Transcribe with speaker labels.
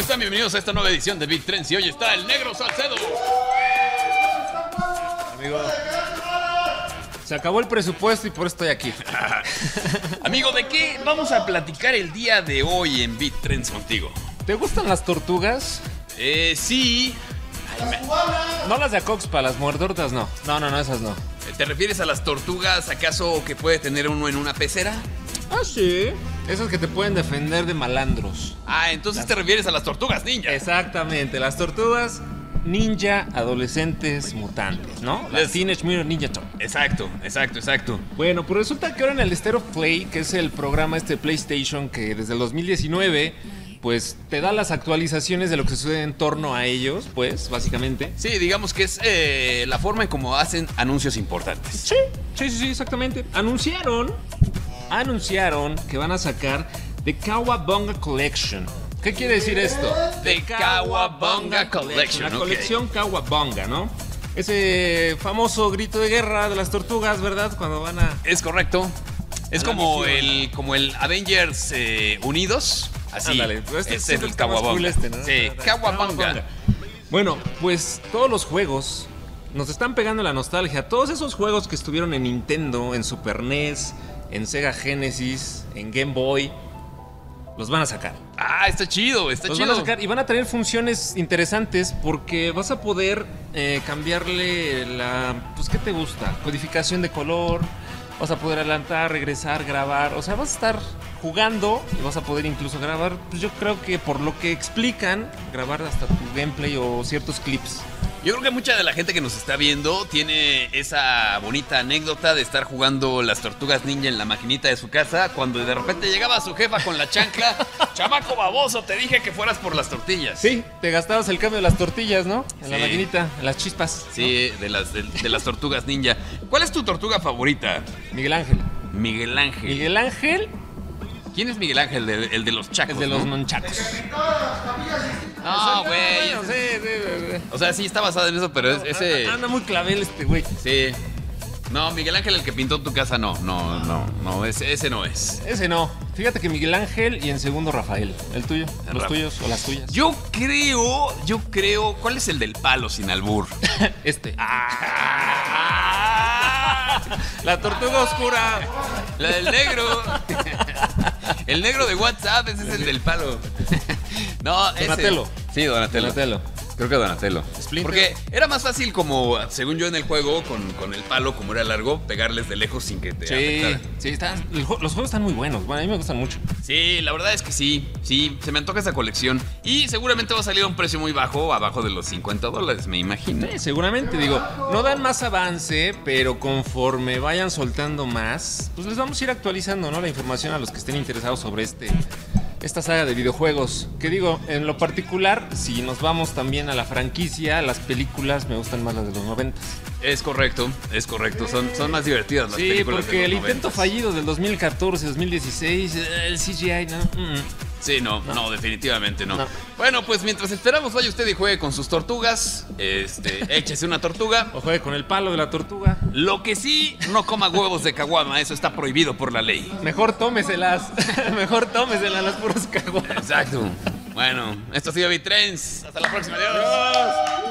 Speaker 1: están? Bienvenidos a esta nueva edición de Big Trends y hoy está el negro Salcedo.
Speaker 2: Amigo. Se acabó el presupuesto y por eso estoy aquí.
Speaker 1: Amigo, ¿de qué vamos a platicar el día de hoy en Big Trends contigo?
Speaker 2: ¿Te gustan las tortugas?
Speaker 1: Eh, sí. Ay, me-
Speaker 2: No las de Acoxpa, las muerdordas no. No, no, no, esas no.
Speaker 1: ¿Te refieres a las tortugas acaso que puede tener uno en una pecera?
Speaker 2: Ah, sí. Esas que te pueden defender de malandros.
Speaker 1: Ah, entonces te refieres a las tortugas ninja.
Speaker 2: Exactamente, las tortugas ninja adolescentes mutantes, ¿no?
Speaker 1: Les-
Speaker 2: Las Teenage Mutant Ninja Turtles.
Speaker 1: Exacto, exacto, exacto.
Speaker 2: Bueno, pues resulta que ahora en el State of Play, que es el programa este de PlayStation que desde el 2019, pues te da las actualizaciones de lo que sucede en torno a ellos, pues, básicamente.
Speaker 1: Sí, digamos que es eh, la forma en cómo hacen anuncios importantes.
Speaker 2: Sí, sí, sí, sí, exactamente. Anunciaron, anunciaron que van a sacar The Kawabonga Collection. ¿Qué quiere decir esto?
Speaker 1: The Kawabonga Collection,
Speaker 2: La
Speaker 1: ok.
Speaker 2: colección Kawabonga, ¿no? Ese famoso grito de guerra de las tortugas, ¿verdad? Cuando van a...
Speaker 1: Es correcto. Es
Speaker 2: A la
Speaker 1: como
Speaker 2: misión.
Speaker 1: el, como el Avengers eh, Unidos. Así.
Speaker 2: Ándale, pero este
Speaker 1: Ese es
Speaker 2: siempre
Speaker 1: el
Speaker 2: está más
Speaker 1: Kawabonga.
Speaker 2: cool este, ¿no?
Speaker 1: Sí, Kawabonga.
Speaker 2: Bueno, pues todos los juegos nos están pegando la nostalgia. Todos esos juegos que estuvieron en Nintendo, en Super NES, en Sega Genesis, en Game Boy, los van a sacar.
Speaker 1: Ah, está chido, está
Speaker 2: Los
Speaker 1: chido.
Speaker 2: van Pues a sacar y van a tener funciones interesantes porque vas a poder eh, cambiarle la, pues, ¿qué te gusta? Codificación de color, vas a poder adelantar, regresar, grabar, o sea, vas a estar jugando y vas a poder incluso grabar, pues yo creo que por lo que explican, grabar hasta tu gameplay o ciertos clips.
Speaker 1: Yo creo que mucha de la gente que nos está viendo tiene esa bonita anécdota de estar jugando las tortugas ninja en la maquinita de su casa cuando de repente llegaba su jefa con la chancla. Chamaco baboso, te dije que fueras por las tortillas.
Speaker 2: Sí, te gastabas el cambio de las tortillas, ¿no? En la
Speaker 1: Sí.
Speaker 2: maquinita, en las chispas.
Speaker 1: Sí, de las, de, de las tortugas ninja. ¿Cuál es tu tortuga favorita?
Speaker 2: ¿no? Miguel Ángel.
Speaker 1: Miguel Ángel.
Speaker 2: Miguel Ángel
Speaker 1: ¿Quién es Miguel Ángel? El, el de los chacos.
Speaker 2: es de los
Speaker 1: ¿no?
Speaker 2: nonchacos.
Speaker 1: No, Ah, güey.
Speaker 2: Bueno, sí, sí, sí, sí.
Speaker 1: O sea, sí está basada en eso,
Speaker 2: Ah,
Speaker 1: pero es- ese.
Speaker 2: Anda muy clavel este güey.
Speaker 1: Sí. No, Miguel Ángel, el que pintó tu casa, no, no, no, no, ese, ese no es.
Speaker 2: Ese no. Fíjate que Miguel Ángel y en segundo Rafael. ¿El tuyo?
Speaker 1: El
Speaker 2: ¿Los
Speaker 1: Rafa.
Speaker 2: tuyos o las tuyas?
Speaker 1: Yo creo, yo creo. ¿Cuál es el del palo sin albur?
Speaker 2: Este.
Speaker 1: Ah,
Speaker 2: La tortuga oscura.
Speaker 1: la del negro. El negro de WhatsApp, ese es el del palo. No, ese.
Speaker 2: Donatello.
Speaker 1: Sí, Donatello.
Speaker 2: Donatello.
Speaker 1: Creo que Donatello.
Speaker 2: Splinter.
Speaker 1: Porque era más fácil como, según yo en el juego, con, con el palo, como era largo, pegarles de lejos sin que te
Speaker 2: Sí,
Speaker 1: afectara.
Speaker 2: sí, están- el ju- los juegos están muy buenos. Bueno, a mí me gustan mucho.
Speaker 1: Sí, la verdad es que sí, sí, se me antoja esa colección. Y seguramente va a salir a un precio muy bajo, abajo de los 50 dólares, me imagino.
Speaker 2: Sí, seguramente, digo, no dan más avance, pero conforme vayan soltando más, pues les vamos a ir actualizando, ¿no? La información a los que estén interesados sobre este esta saga de videojuegos. Que digo, en lo particular, si nos vamos también a la franquicia, las películas me gustan más las de los noventas.
Speaker 1: Es correcto, es correcto, son, son más divertidas las
Speaker 2: Sí,
Speaker 1: películas.
Speaker 2: porque
Speaker 1: de
Speaker 2: el
Speaker 1: los
Speaker 2: intento
Speaker 1: 90s.
Speaker 2: fallido del 2014, 2016, eh, el CGI, no. Mm.
Speaker 1: Sí, no, no, definitivamente no.
Speaker 2: No.
Speaker 1: Bueno, pues mientras esperamos, vaya usted y juegue con sus tortugas, este, échese una tortuga.
Speaker 2: O juegue con el palo de la tortuga.
Speaker 1: Lo que sí, no coma huevos de caguama, eso está prohibido por la ley.
Speaker 2: Mejor tómeselas. Mejor tómeselas las puros caguas.
Speaker 1: Exacto. Bueno, esto ha sido Bitrens. Hasta la próxima, adiós.